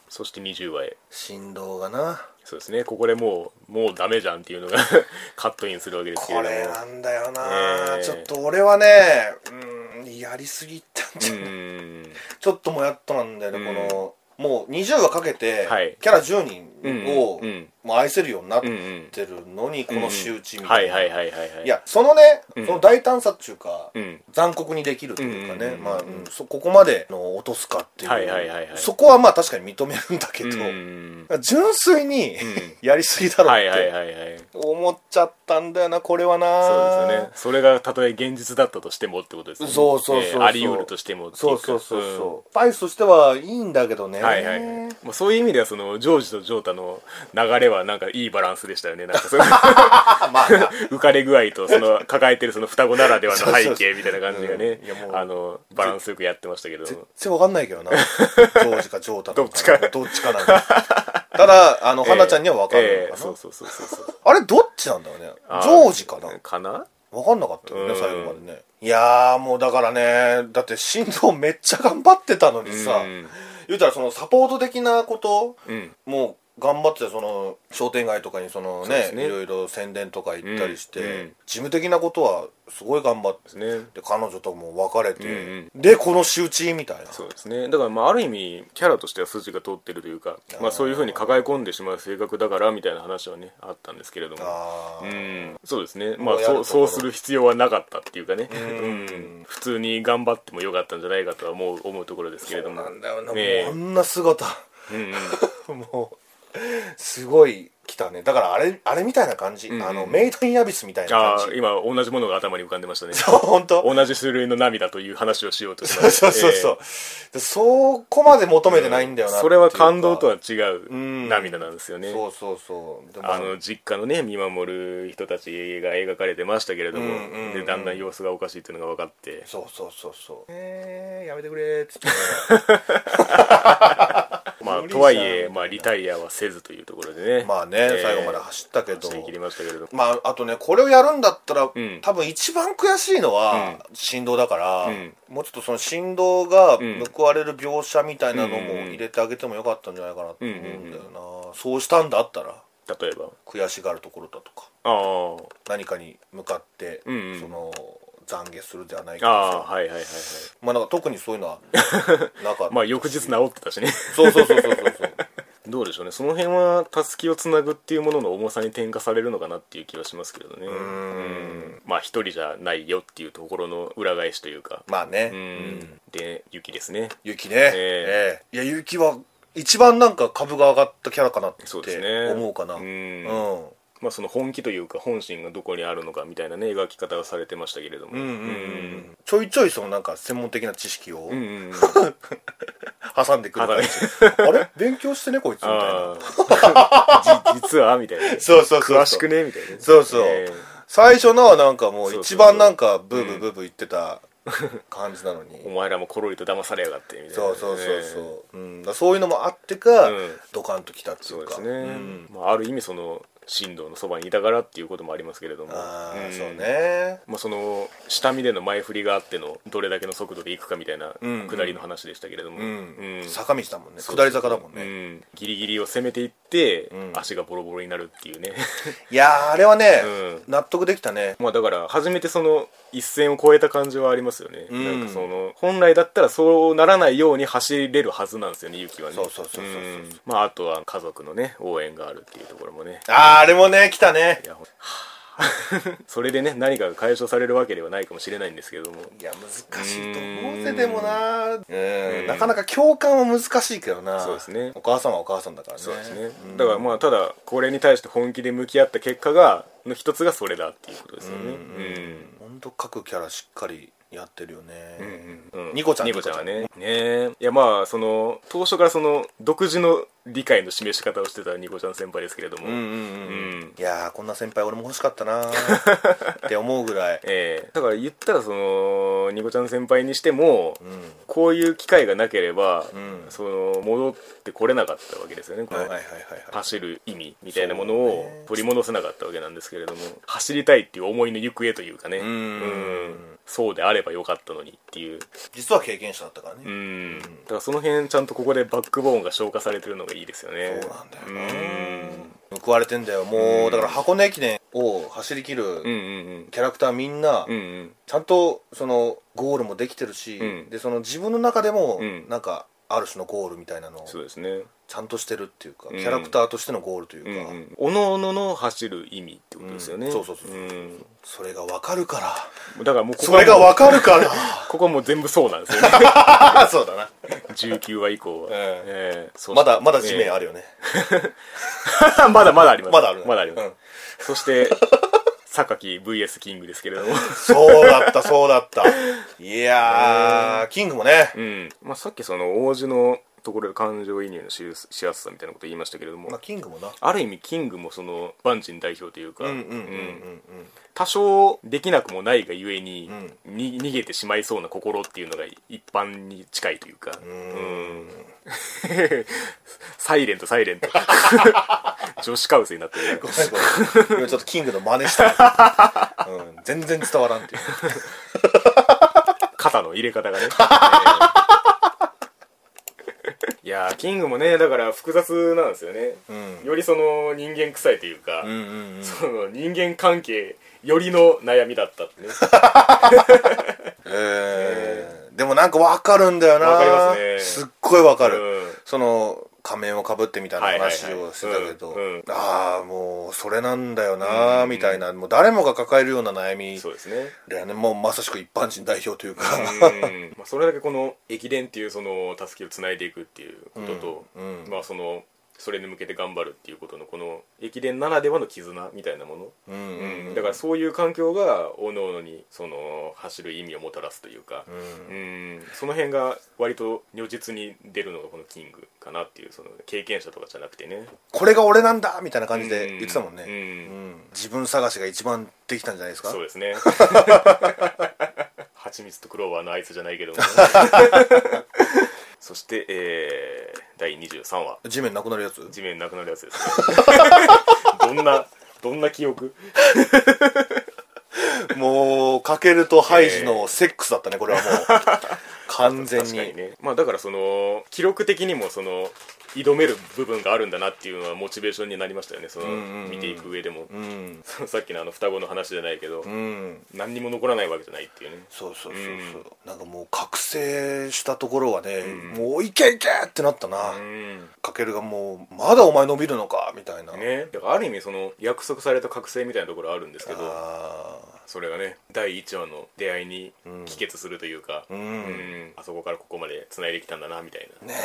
Speaker 1: そして20話へ
Speaker 2: 振動がな
Speaker 1: そうですねここでもうもうダメじゃんっていうのが カットインするわけですけれ
Speaker 2: こ
Speaker 1: ども
Speaker 2: れなんだよな、
Speaker 1: ねえ
Speaker 2: ちょっと俺はねうんやりすぎたんじゃない、
Speaker 1: うん
Speaker 2: ちょっともやっとなんだよね、
Speaker 1: うん
Speaker 2: このもう20話かけて、
Speaker 1: はい
Speaker 2: キャラ10人を、
Speaker 1: うんうん
Speaker 2: もう愛せるようになっ
Speaker 1: うんう
Speaker 2: て
Speaker 1: ん
Speaker 2: るのに、この仕打ちみ
Speaker 1: は
Speaker 2: たい
Speaker 1: い
Speaker 2: な、
Speaker 1: はいはいはいはい
Speaker 2: いやそのね、
Speaker 1: ん
Speaker 2: その大胆さっていうか、
Speaker 1: うん
Speaker 2: 残酷にできるというかね、
Speaker 1: うんうんうん
Speaker 2: まあうんそここまでの落とすかっていう、
Speaker 1: はいはいはいはい
Speaker 2: そこはまあ確かに認めるんだけ
Speaker 1: う
Speaker 2: ど、
Speaker 1: ん
Speaker 2: 純粋に、 やりすぎだろ
Speaker 1: はいはい
Speaker 2: って
Speaker 1: はいはい
Speaker 2: 思っちゃったんだよなこれはな
Speaker 1: そうですよねそれがたとえ現実だったとしてもってことですよね
Speaker 2: そうそうそうそう
Speaker 1: えーあり得るとしてもっていか
Speaker 2: そうそうそうそうスパイスとしてはいいんだけどね
Speaker 1: うんはいはいはいまあそういう意味ではそのジョージとジョータの流れはなんかいいバランスでしたよねなんか その
Speaker 2: あまあな
Speaker 1: 浮かれ具合とその抱えてるその双子ならではの背景みたいな感じがね
Speaker 2: そうそうそううんいやもう
Speaker 1: あのバランスよくやってましたけど
Speaker 2: 全然わかんない けどなジョージかジョータ
Speaker 1: どっちか
Speaker 2: どっちかなんだただあの
Speaker 1: えー
Speaker 2: 花ちゃんにはわかんないの
Speaker 1: え
Speaker 2: か
Speaker 1: ー
Speaker 2: な、
Speaker 1: そうそうそうそうそう
Speaker 2: あれどっちなんだろうね
Speaker 1: あ
Speaker 2: ジョージかな
Speaker 1: かな
Speaker 2: わかんなかったよ
Speaker 1: う
Speaker 2: ね
Speaker 1: ん
Speaker 2: 最後までねいやーもうだからねだって振動めっちゃ頑張ってたのにさ、
Speaker 1: うん
Speaker 2: 言うたらそのサポート的なこと
Speaker 1: うん
Speaker 2: もう頑張ってその商店街とかにそのね
Speaker 1: そうですね
Speaker 2: いろいろ宣伝とか行ったりして、
Speaker 1: うんうん
Speaker 2: 事務的なことはすごい頑張っ
Speaker 1: で
Speaker 2: て
Speaker 1: すね
Speaker 2: で彼女とも別れて、
Speaker 1: うん
Speaker 2: でこの仕打ちみたいな
Speaker 1: そうですねだからまあある意味キャラとしては筋が通ってるというかまあ、そういうふうに抱え込んでしまう性格だからみたいな話はねあったんですけれども
Speaker 2: あ
Speaker 1: う
Speaker 2: ー
Speaker 1: んそうですねまあ
Speaker 2: もうやる
Speaker 1: そう
Speaker 2: とこ
Speaker 1: そ
Speaker 2: ろ
Speaker 1: うする必要はなかったっていうかねうんん普通に頑張ってもよかったんじゃないかとはもう思うところですけれども
Speaker 2: なんだよな、
Speaker 1: ねえ
Speaker 2: もうあんな姿
Speaker 1: うんうん
Speaker 2: もうすごい来たねだからあれあれみたいな感じ、
Speaker 1: んうん
Speaker 2: あのメイドインアビスみたいな
Speaker 1: あ
Speaker 2: 感
Speaker 1: あ
Speaker 2: じ
Speaker 1: 今同じものが頭に浮かんでましたね
Speaker 2: そう本当
Speaker 1: 同じ種類の涙という話をしようとし
Speaker 2: そ
Speaker 1: ま
Speaker 2: う
Speaker 1: し
Speaker 2: そ
Speaker 1: た
Speaker 2: うそうそう、でそこまで求めてないんだよなって
Speaker 1: そ
Speaker 2: いう
Speaker 1: れ
Speaker 2: か
Speaker 1: は感動とは違
Speaker 2: ん
Speaker 1: う涙なんですよね、
Speaker 2: そうそうそうでも
Speaker 1: あの実家のね見守る人たちが描かれてましたけれども、
Speaker 2: うんうんうん
Speaker 1: でだんだん様子がおかしいっていうのが分かって
Speaker 2: そうそうそうそうえー、やめてくれーっつって
Speaker 1: まあ
Speaker 2: 無理じゃん
Speaker 1: とはいえ、まあ、リタイアはせずというところでね
Speaker 2: まあね、
Speaker 1: えー
Speaker 2: 最後まで走ったけど
Speaker 1: 走り切りましたけれども
Speaker 2: まああとねこれをやるんだったら、
Speaker 1: ん
Speaker 2: 多分一番悔しいのは、振動だから、
Speaker 1: うん
Speaker 2: もうちょっとその振動が
Speaker 1: ん
Speaker 2: 報われる描写みたいなの
Speaker 1: うんうん
Speaker 2: も
Speaker 1: うん
Speaker 2: 入れてあげてもよかったんじゃないかなと思うんだよ
Speaker 1: うん
Speaker 2: な、そうしたんだったら
Speaker 1: 例えば
Speaker 2: 悔しがるところだとか
Speaker 1: ああ
Speaker 2: 何かに向かって、
Speaker 1: うんうん
Speaker 2: その懺悔するではないけど
Speaker 1: ああ
Speaker 2: さ
Speaker 1: はいはいはいはい
Speaker 2: まあなんか特にそ ういうのはなかった
Speaker 1: まあ翌日治ってたしね
Speaker 2: そうそうそうそうそうそう
Speaker 1: どうでしょうねその辺はたすきをつなぐっていうものの重さに転嫁されるのかなっていう気はしますけれどねうんまあ一人じゃないよっていうところの裏返しというか
Speaker 2: まあね、
Speaker 1: うん、で雪ですね
Speaker 2: 雪ね、え
Speaker 1: え
Speaker 2: えいや雪は一番なんか株が上がったキャラかなって
Speaker 1: そうですね
Speaker 2: 思うかな
Speaker 1: うん
Speaker 2: うん
Speaker 1: まあ、その本気というか本心がどこにあるのかみたいなね描き方をされてましたけれども
Speaker 2: うんうんう
Speaker 1: うん
Speaker 2: んちょいちょいそのなんか専門的な知識を
Speaker 1: うん うんうん
Speaker 2: 挟んでくる感じ、あれ勉強してねこいつみたいな
Speaker 1: ああ じ実はみたいな
Speaker 2: そうそうそう
Speaker 1: 詳しくねみたいな
Speaker 2: そうそう、
Speaker 1: え
Speaker 2: 最初のはなんか
Speaker 1: そう
Speaker 2: もう
Speaker 1: そうそ
Speaker 2: 一
Speaker 1: う
Speaker 2: 番なんかブーブーブーブー言ってた感じなのに、
Speaker 1: えお前らもコロリと騙されやがってみたいな
Speaker 2: そうそうそうそ
Speaker 1: え
Speaker 2: う
Speaker 1: え、
Speaker 2: うん、だからそういうのもあってか、
Speaker 1: うん
Speaker 2: ドカンときたってい
Speaker 1: そう
Speaker 2: う
Speaker 1: で
Speaker 2: か
Speaker 1: すね、
Speaker 2: うん
Speaker 1: まあ、ある意味その神道のそばにいたからっていうこともありますけれども
Speaker 2: ああ、
Speaker 1: ん
Speaker 2: そうね
Speaker 1: まあ、その下見での前振りがあってのどれだけの速度で行くかみたいな
Speaker 2: うん
Speaker 1: 下りの話でしたけれども、
Speaker 2: うん
Speaker 1: うん
Speaker 2: 坂道だもんね下り坂だもんね、
Speaker 1: うん、ギリギリを攻めていって、
Speaker 2: うん
Speaker 1: 足がボロボロになるっていうね
Speaker 2: いやーあれはね、
Speaker 1: う
Speaker 2: 納得できたね
Speaker 1: まあだから初めてその一線を越えた感じはありますよね、
Speaker 2: うん
Speaker 1: なんかその本来だったらそうならないように走れるはずなんですよね雪はね
Speaker 2: そうそうそうそうそうん
Speaker 1: まああとは家族のね応援があるっていうところもね
Speaker 2: あーあれもね来たね
Speaker 1: いやほん それでね何かが解消されるわけではないかもしれないんですけれども
Speaker 2: いや難しいと
Speaker 1: う
Speaker 2: 思
Speaker 1: ー
Speaker 2: うんぜでもな
Speaker 1: う
Speaker 2: うんんなかなか共感は難しいけどな
Speaker 1: そうですね
Speaker 2: お母さんはお母さんだからね
Speaker 1: そうですね、
Speaker 2: ん
Speaker 1: だからまあただこれに対して本気で向き合った結果がの一つがそれだっていうことですよね
Speaker 2: うんほんと各キャラしっかりやってるよね、
Speaker 1: うん
Speaker 2: ニコちゃん
Speaker 1: ニコちゃんは
Speaker 2: ニ
Speaker 1: ねねえいやまあその当初からその独自の理解の示し方をしてたニコちゃん先輩ですけれども、
Speaker 2: うんうんうん、
Speaker 1: うん
Speaker 2: いやーこんな先輩俺も欲しかったな ーって思うぐらい、
Speaker 1: ええだから言ったらそのニコちゃん先輩にしても、
Speaker 2: うん、
Speaker 1: こういう機会がなければ、
Speaker 2: ん
Speaker 1: その戻ってこれなかったわけですよね、この
Speaker 2: はいはいはいはい
Speaker 1: 走る意味みたいなもの
Speaker 2: そう
Speaker 1: を
Speaker 2: ね
Speaker 1: 取り戻せなかったわけなんですけれども、走りたいっていう思いの行方というかね
Speaker 2: うん
Speaker 1: うんそうであればよかったのにっていう
Speaker 2: 実は経験者だったからね、
Speaker 1: うんだからその辺ちゃんとここでバックボーンが消化されてるのがいいですよね
Speaker 2: そうなんだよな
Speaker 1: うん
Speaker 2: 報われてんだよもうだから箱根駅伝を走り切
Speaker 1: うん
Speaker 2: る
Speaker 1: うん
Speaker 2: キャラクターみんな、
Speaker 1: うんうん
Speaker 2: ちゃんとそのゴールもできてるし、
Speaker 1: うん
Speaker 2: でその自分の中でも
Speaker 1: うん
Speaker 2: なんかある種のゴールみたいなのを
Speaker 1: そうですね
Speaker 2: ちゃんとしてるっていうか、
Speaker 1: ん
Speaker 2: キャラクターとしてのゴールという
Speaker 1: うんう
Speaker 2: か、
Speaker 1: んおのおのの走る意味ってことですよね、
Speaker 2: うんそうそうそうそうんそれがわかるから
Speaker 1: だからもうここ
Speaker 2: それが
Speaker 1: はもう
Speaker 2: わかるから
Speaker 1: ここはもう全部そうなんですよね
Speaker 2: あそうだな
Speaker 1: 19話以 降は、
Speaker 2: え
Speaker 1: ええそ
Speaker 2: まだまだ地面あ
Speaker 1: る、
Speaker 2: るよね、
Speaker 1: ええ まだまだあります
Speaker 2: まだあるね
Speaker 1: まだあります、
Speaker 2: うん
Speaker 1: そして 榊 VS キングですけれども
Speaker 2: そうだったそうだったいやー、キングもね、
Speaker 1: うん、まあ、さっきその王子のところで感情移入のしやすしやすさみたいなこと言いましたけれども、
Speaker 2: まあ、キングもな
Speaker 1: ある意味キングもその万人代表というか、
Speaker 2: うんうんうんうん
Speaker 1: うん多少できなくもないがゆえに,に、逃げてしまいそうな心っていうのが一般に近いというかうんサイレントサイ レント女子カウスになってる
Speaker 2: ごめんごめん 今ちょっとキングの真似した、うん、全然伝わらんっていう
Speaker 1: 肩の入れ 方がね、えーいやーキングもねだから複雑なんですよね、
Speaker 2: うん
Speaker 1: よりその人間臭いというか、
Speaker 2: うんうんうん
Speaker 1: その人間関係よりの悩みだった ってね
Speaker 2: えーでもなんかわかるんだよな
Speaker 1: わかりますね
Speaker 2: っごいわかる、
Speaker 1: うん
Speaker 2: その仮面をかぶってみたいな話
Speaker 1: はいはいはい
Speaker 2: をしてたけど、
Speaker 1: うんうん
Speaker 2: ああもうそれなんだよなみたいなもう誰もが抱えるような悩み
Speaker 1: そうですね
Speaker 2: だよねもうまさしく一般人代表というか
Speaker 1: うん まあそれだけこの駅伝っていうその助けをつないでいくっていうことと、
Speaker 2: うんうん
Speaker 1: まあそのそれに向けて頑張るっていうことのこの駅伝ならではの絆みたいなもの、
Speaker 2: うんうんうん
Speaker 1: だからそういう環境がおのおのにその走る意味をもたらすというか、うんその辺が割と如実に出るのがこのキングかなっていうその経験者とかじゃなくてね
Speaker 2: これが俺なんだみたいな感じで言ってたもんね、
Speaker 1: うん
Speaker 2: うん自分探しが一番できたんじゃないですか
Speaker 1: そうです ね蜂蜜とクローバーのあいつじゃないけ どもそして、えー、第23話
Speaker 2: 地面なくなる やつ
Speaker 1: 地面なくなるやつです ねどんなどんな記憶
Speaker 2: もうかけるとハイジのセックスだったねこれはもう完全に
Speaker 1: 確かにねまあだからその記録的にもその挑める部分があるんだなっていうのはモチベーションになりましたよねその、
Speaker 2: んうんうん
Speaker 1: 見ていく上でも、
Speaker 2: うん
Speaker 1: そのさっきのあの双子の話じゃないけど、
Speaker 2: うん
Speaker 1: 何にも残らないわけじゃないっていうね
Speaker 2: そうそうそうそう、なんかもう覚醒したところはね、もういけいけってなったな、
Speaker 1: うん
Speaker 2: かけるがもうまだお前伸びるのかみたいな、
Speaker 1: ねだからある意味その約束された覚醒みたいなところあるんですけど
Speaker 2: あ
Speaker 1: それがね第1話の出会いに帰結するというか、
Speaker 2: ん
Speaker 1: うんあそこからここまで繋いできたんだなみたいな、
Speaker 2: ーね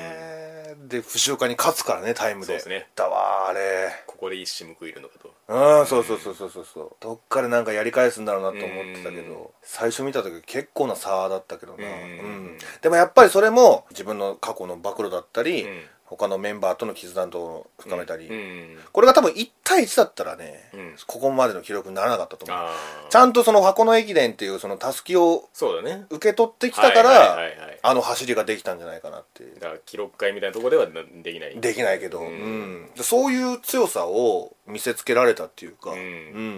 Speaker 2: え、で藤岡に勝つからねタイムで
Speaker 1: そうですね
Speaker 2: だわーあれ
Speaker 1: ここで一矢報いるのかと
Speaker 2: うんそうそうそうそうそうそうどっかでなんかやり返すんだろうなと思ってたけど、
Speaker 1: うん
Speaker 2: 最初見た時結構な差だったけどな、
Speaker 1: うん
Speaker 2: うんでもやっぱりそれも自分の過去の暴露だったり、
Speaker 1: うん
Speaker 2: 他のメンバーとの絆と深めたり、
Speaker 1: うん
Speaker 2: これが多分1対1だったらね、
Speaker 1: うん
Speaker 2: ここまでの記録にならなかったと思う
Speaker 1: ああ
Speaker 2: ちゃんとその箱根駅伝っていうそのたすきを
Speaker 1: そうだね
Speaker 2: 受け取ってきたから、
Speaker 1: はいはいはいはい
Speaker 2: あの走りができたんじゃないかなって
Speaker 1: だから記録会みたいなところではなできない
Speaker 2: できないけど、
Speaker 1: う
Speaker 2: うんんそういう強さを見せつけられたっていうか、
Speaker 1: うん
Speaker 2: う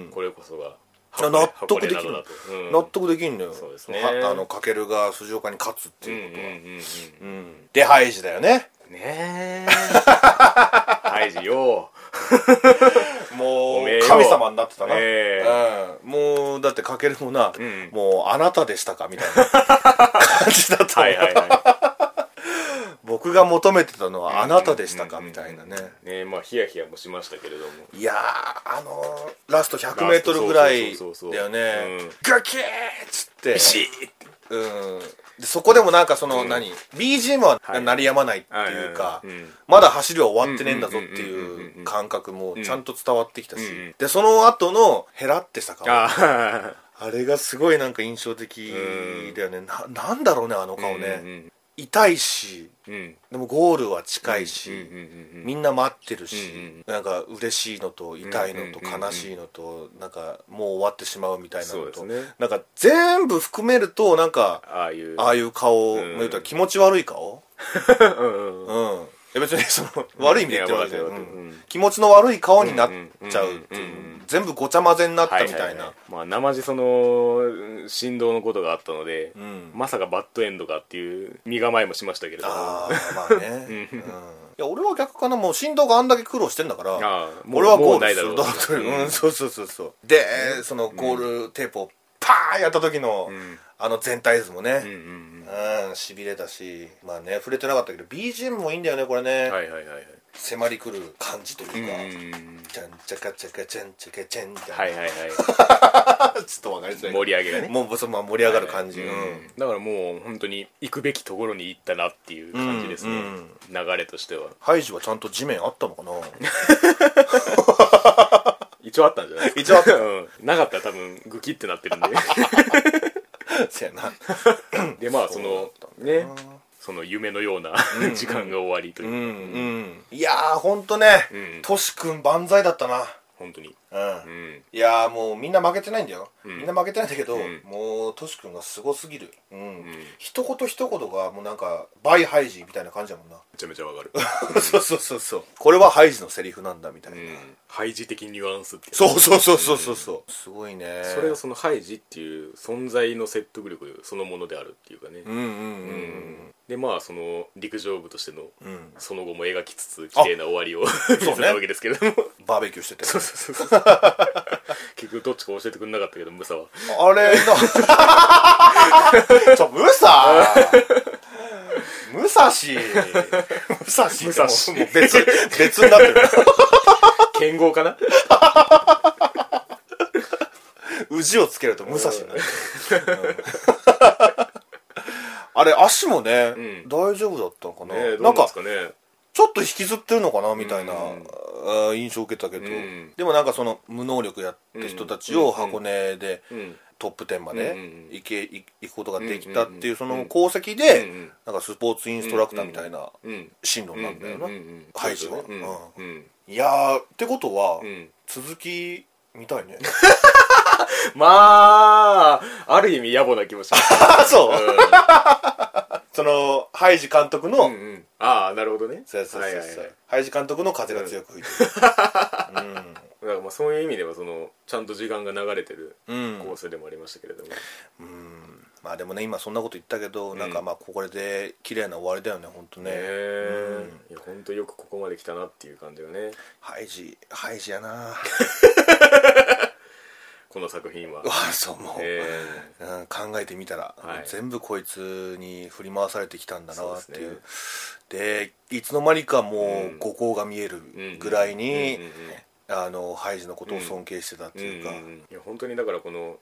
Speaker 2: ん
Speaker 1: これこそが
Speaker 2: や納得できる
Speaker 1: 箱根などだとうん
Speaker 2: 納得できんのよ
Speaker 1: そうですね
Speaker 2: はあのかけるが辻岡に勝つって
Speaker 1: うんう
Speaker 2: いうことは、
Speaker 1: んうんうん
Speaker 2: うんでハイジだよね
Speaker 1: ねえハイジよ
Speaker 2: も
Speaker 1: お
Speaker 2: う
Speaker 1: めえよ
Speaker 2: 神様になってたな、
Speaker 1: ねえ
Speaker 2: うん、もうだってかけるもな、
Speaker 1: うん
Speaker 2: もうあなたでしたかみたいな 感じだった、
Speaker 1: はいはいは
Speaker 2: 僕が求めてたのはあなたでしたか
Speaker 1: うん
Speaker 2: みたいなね、
Speaker 1: いねえまあヒヤヒヤもしましたけれども
Speaker 2: いやーあのーラスト 100m ぐらい
Speaker 1: そうそうそうそう
Speaker 2: だよね
Speaker 1: うん
Speaker 2: ガキーッつって
Speaker 1: ビシッ
Speaker 2: うん、でそこでもなんかその、
Speaker 1: うん
Speaker 2: 何 BGM は
Speaker 1: はい
Speaker 2: 鳴りやまないっていうか、
Speaker 1: はいはいうん
Speaker 2: まだ走りは終わってねえんだぞって
Speaker 1: うんうんうんうんうん
Speaker 2: いううん感覚もちゃんと伝わってきたし、
Speaker 1: うんうん
Speaker 2: でその後のヘラってした顔
Speaker 1: あ
Speaker 2: あれがすごいなんか印象的だよね、ななんだろうねあの顔ね、痛いし
Speaker 1: うんうん
Speaker 2: でもゴールは近い
Speaker 1: う
Speaker 2: し、
Speaker 1: んうんうん
Speaker 2: みんな待ってるし、
Speaker 1: うん
Speaker 2: なんか嬉しいのと痛いのと
Speaker 1: うんうんうん
Speaker 2: 悲しいのと、なんかもう終わってしまうみたいな
Speaker 1: そ
Speaker 2: の
Speaker 1: うです
Speaker 2: と、
Speaker 1: ね
Speaker 2: なんか全部含めるとなんか
Speaker 1: ああいう
Speaker 2: ああいう
Speaker 1: うん
Speaker 2: 顔、まあ言うたら気持ち悪い顔
Speaker 1: うんうん
Speaker 2: うんいや別にその悪い意味で言ってるわけじゃない
Speaker 1: いやわかってる
Speaker 2: うん気持ちの悪い顔になっちゃうっていう
Speaker 1: うんうんうんうん
Speaker 2: 全部ごちゃ混ぜになった
Speaker 1: は
Speaker 2: みた
Speaker 1: は
Speaker 2: いな
Speaker 1: はまあ生地そのうん振動のことがあったので、
Speaker 2: うん
Speaker 1: まさかバッドエンドかっていう身構えもしましたけれども
Speaker 2: ああま あね、うんいや俺は逆かなもう振動があんだけ苦労してんだから
Speaker 1: あーもう
Speaker 2: 俺はゴ
Speaker 1: もう
Speaker 2: ー
Speaker 1: な
Speaker 2: ル
Speaker 1: いだ
Speaker 2: す
Speaker 1: ろ
Speaker 2: る
Speaker 1: う
Speaker 2: だろうという、うん、そうそうそうそうでそのゴールテープをパーンやった時の、
Speaker 1: ん
Speaker 2: あの全体図も
Speaker 1: うんう
Speaker 2: ね
Speaker 1: んうん
Speaker 2: うんしびれたしまあね触れてなかったけど BGM もいいんだよねこれね、
Speaker 1: はいはいはいはい
Speaker 2: 迫りくる感じというか、
Speaker 1: うんうん
Speaker 2: ちゃんちゃかちゃかちゃんちゃかちゃんみたいな、
Speaker 1: はいはいはい
Speaker 2: ちょっとわかりづらい
Speaker 1: 盛り上げがね
Speaker 2: もうそのまま盛り上がる感じ、
Speaker 1: はい
Speaker 2: うん
Speaker 1: うんだからもう本当に行くべきところに行ったなっていう感じですね、
Speaker 2: うん
Speaker 1: 流れとしては
Speaker 2: ハイジはちゃんと地面あったの かな
Speaker 1: 一 応あったんじゃない
Speaker 2: 一応あった
Speaker 1: うん、なかったら多分グキってなってるん で
Speaker 2: せやな
Speaker 1: でまあそのねその夢のような 時間が終わりという、
Speaker 2: うんうんいやーほんとね、
Speaker 1: うん
Speaker 2: トシ君万歳だったな
Speaker 1: 本当に
Speaker 2: うん、
Speaker 1: うん
Speaker 2: いやーもうみんな負けてないんだよ、
Speaker 1: ん
Speaker 2: みんな負けてないんだけど、
Speaker 1: ん
Speaker 2: もうトシ君がすごすぎるうん、
Speaker 1: ん
Speaker 2: 一言一言がもうなんかバイハイジみたいな感じだもんな、
Speaker 1: めちゃめちゃわかる
Speaker 2: そうそうそうそうこれはハイジのセリフなんだみたいな、
Speaker 1: うんハイジ的ニュアンスっていう
Speaker 2: そうそうそうそうそうそうすごいね
Speaker 1: それがそのハイジっていう存在の説得力そのものであるっていうかね、
Speaker 2: うんうんうん
Speaker 1: でまあその陸上部としての
Speaker 2: うんうん
Speaker 1: その後も描きつつ綺麗な終わりを見せたわけですけれども
Speaker 2: バーベキューしてて
Speaker 1: そうそうそうそう結局どっちか教えてくれなかったけどムサは
Speaker 2: あれな ちょム サ武蔵武蔵ってもう
Speaker 1: 武蔵
Speaker 2: もう別別になってる
Speaker 1: 剣豪かな
Speaker 2: 宇治をつけると武蔵になる、うんあれ足もね、
Speaker 1: うん
Speaker 2: 大丈夫だったのかな、
Speaker 1: ねえど
Speaker 2: な
Speaker 1: うんなんで
Speaker 2: か
Speaker 1: すかね
Speaker 2: ちょっと引きずってるのかなみたいな、
Speaker 1: うん
Speaker 2: あー印象を受けたけど、
Speaker 1: うん
Speaker 2: でもなんかその無能力やって人たちを箱根で
Speaker 1: うん
Speaker 2: トップ10ま
Speaker 1: うん
Speaker 2: で
Speaker 1: うん
Speaker 2: 行けい行くことができたっていうその
Speaker 1: うん
Speaker 2: 功績
Speaker 1: うんう
Speaker 2: で
Speaker 1: ん
Speaker 2: なんかスポーツインストラクターみたいな
Speaker 1: うん
Speaker 2: 進路なんだよな
Speaker 1: うんうんうんうん
Speaker 2: ハイジは
Speaker 1: そうですねうんうん
Speaker 2: いやーってことは
Speaker 1: うん
Speaker 2: 続き見た いね
Speaker 1: まあある意味野暮な気もします
Speaker 2: あ そう
Speaker 1: うん
Speaker 2: そのハイジ監督の
Speaker 1: うんうんああなるほどね
Speaker 2: そうそうそうそう
Speaker 1: はいはいはい
Speaker 2: ハイジ監督の風が強く吹いて る
Speaker 1: だからまあそういう意味ではそのちゃんと時間が流れてる
Speaker 2: うん
Speaker 1: 構成でもありましたけれども、
Speaker 2: うんまあでもね今そんなこと言ったけどなんかまあこれで綺麗な終わりだよね本当
Speaker 1: ね
Speaker 2: ね
Speaker 1: え、いや本当よくここまで来たなっていう感じがね
Speaker 2: ハイジハイジやな
Speaker 1: この作品は
Speaker 2: うわそうもう
Speaker 1: え
Speaker 2: うん、考えてみたら、
Speaker 1: はい
Speaker 2: 全部こいつに振り回されてきたんだなってい
Speaker 1: そう
Speaker 2: うで,、いつの間にかも
Speaker 1: う
Speaker 2: うん五行が見える
Speaker 1: え
Speaker 2: ぐらいに、
Speaker 1: うんうんうんうん
Speaker 2: あのハイジのことを尊敬してたっていうか、
Speaker 1: うんうんうんいや本当にだからこの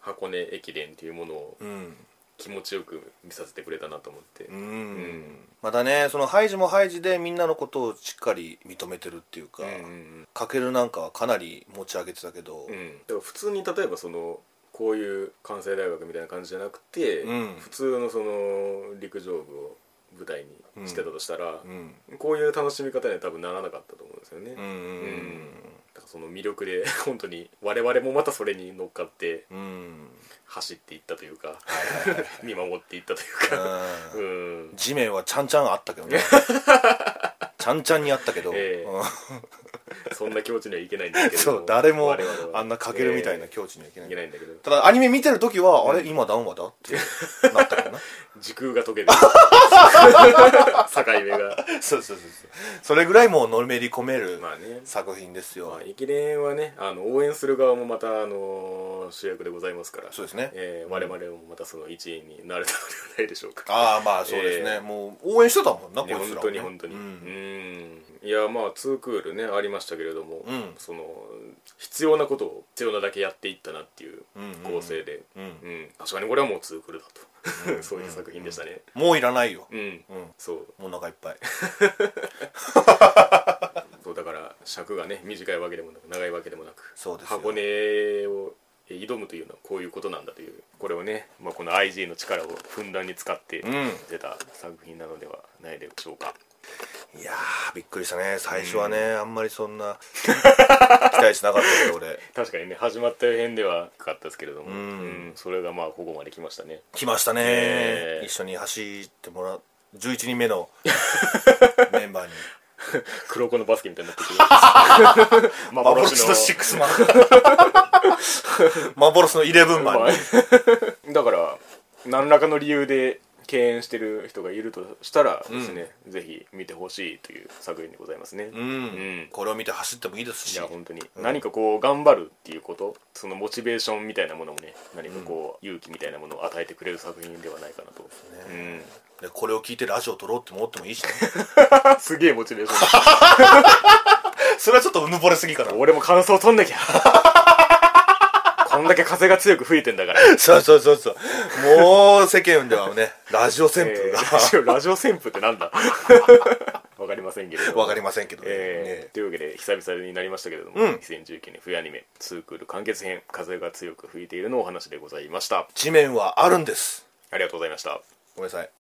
Speaker 1: 箱根駅伝っていうものを
Speaker 2: うん
Speaker 1: 気持ちよく見させてくれたなと思って、
Speaker 2: うん
Speaker 1: ん
Speaker 2: またねそのハイジもハイジでみんなのことをしっかり認めてるっていうか、
Speaker 1: うんうん
Speaker 2: かけるなんかはかなり持ち上げてたけど、
Speaker 1: うんうんだから普通に例えばそのこういう関西大学みたいな感じじゃなくて、
Speaker 2: うん
Speaker 1: 普通のその陸上部を舞台にしてたとしたら
Speaker 2: う、ん
Speaker 1: こういう楽しみ方には多分ならなかったと思うんですよね、
Speaker 2: うんうん
Speaker 1: だからその魅力で 本当に我々もまたそれに乗っかって
Speaker 2: うんうん
Speaker 1: 走っていったというか見守っていったというか
Speaker 2: う
Speaker 1: うんん
Speaker 2: 地面はちゃんちゃんあったけどねちゃんちゃんにあったけど、
Speaker 1: ええ
Speaker 2: うん
Speaker 1: そんな境地にはいけないんですけれど
Speaker 2: そう誰も
Speaker 1: 我々は
Speaker 2: あんなかけるみたいな境地にはい
Speaker 1: え
Speaker 2: けな
Speaker 1: ー
Speaker 2: い,、
Speaker 1: いけないんだけど
Speaker 2: ただアニメ見てる時は、あれ今談話だって なったかな
Speaker 1: 時空が解け てる境目が
Speaker 2: そうそうそうそうそれぐらいもうのめり込める
Speaker 1: まあね
Speaker 2: 作品ですよ、
Speaker 1: まあ、駅伝はねあの応援する側もまた、あの主役でございますから
Speaker 2: そうですね
Speaker 1: えー我々もまたその一員になれたのではないでしょうか
Speaker 2: ああまあそうですね、
Speaker 1: ええ
Speaker 2: もう応援してたもんなこい
Speaker 1: ね
Speaker 2: つ
Speaker 1: 本
Speaker 2: らもね
Speaker 1: 当に本当に
Speaker 2: う
Speaker 1: うんんいやまあツークールねありましたけれども、
Speaker 2: うん
Speaker 1: その必要なことを必要なだけやっていったなっていう
Speaker 2: うんうん
Speaker 1: 構成で、
Speaker 2: うん
Speaker 1: うん確かにこれはもうツークールだと、 そういう作品でしたね
Speaker 2: もういらないよ、
Speaker 1: うん、
Speaker 2: うん
Speaker 1: そう
Speaker 2: もうお腹いっぱい
Speaker 1: そうだから尺がね短いわけでもなく長いわけでもなく
Speaker 2: そうですよ
Speaker 1: 箱根をえー挑むというのはこういうことなんだというこれをね、まあ、この IG の力をふんだんに使って
Speaker 2: ん
Speaker 1: 出た作品なのではないでしょうか、
Speaker 2: いやーびっくりしたね最初はね、あんまりそんな 期待しなかったけど俺
Speaker 1: 確かにね始まった辺ではかかったですけれども、
Speaker 2: うん
Speaker 1: うんそれがまあここまで来ましたね
Speaker 2: 来ましたね、
Speaker 1: えー
Speaker 2: 一緒に走ってもらう11人目 のメンバーに
Speaker 1: 黒子のバスケみたいになってくる幻
Speaker 2: 幻
Speaker 1: の
Speaker 2: のシックス マン幻のイレブンマン に
Speaker 1: だから何らかの理由で敬遠してる人がいるとしたらですね、ぜひ見てほしいという作品でございますね、
Speaker 2: うん、
Speaker 1: うん
Speaker 2: これを見て走ってもいいです
Speaker 1: い
Speaker 2: し
Speaker 1: や本当に、何かこう頑張るっていうことそのモチベーションみたいなものもね何かこう、勇気みたいなものを与えてくれる作品ではないかなとうん
Speaker 2: でこれを聞いてラジオ撮ろうって思ってもいいしね
Speaker 1: あすげえモチベーション
Speaker 2: それはちょっとうぬぼれすぎかな
Speaker 1: 俺も感想取んなきゃこんだけ風が強く吹いてんだから
Speaker 2: そうそうそうそうもう世間ではねラジオ旋風
Speaker 1: えー
Speaker 2: が、
Speaker 1: ラジオラジオ旋風ってなんだ わかりませんけれども
Speaker 2: わかりませんけどね,ね、
Speaker 1: えーというわけで久々になりましたけれども、
Speaker 2: うん
Speaker 1: 2019年冬アニメ「ツークール完結編風が強く吹いている」のお話でございました
Speaker 2: 地面はあるんです
Speaker 1: ありがとうございました
Speaker 2: ごめんなさい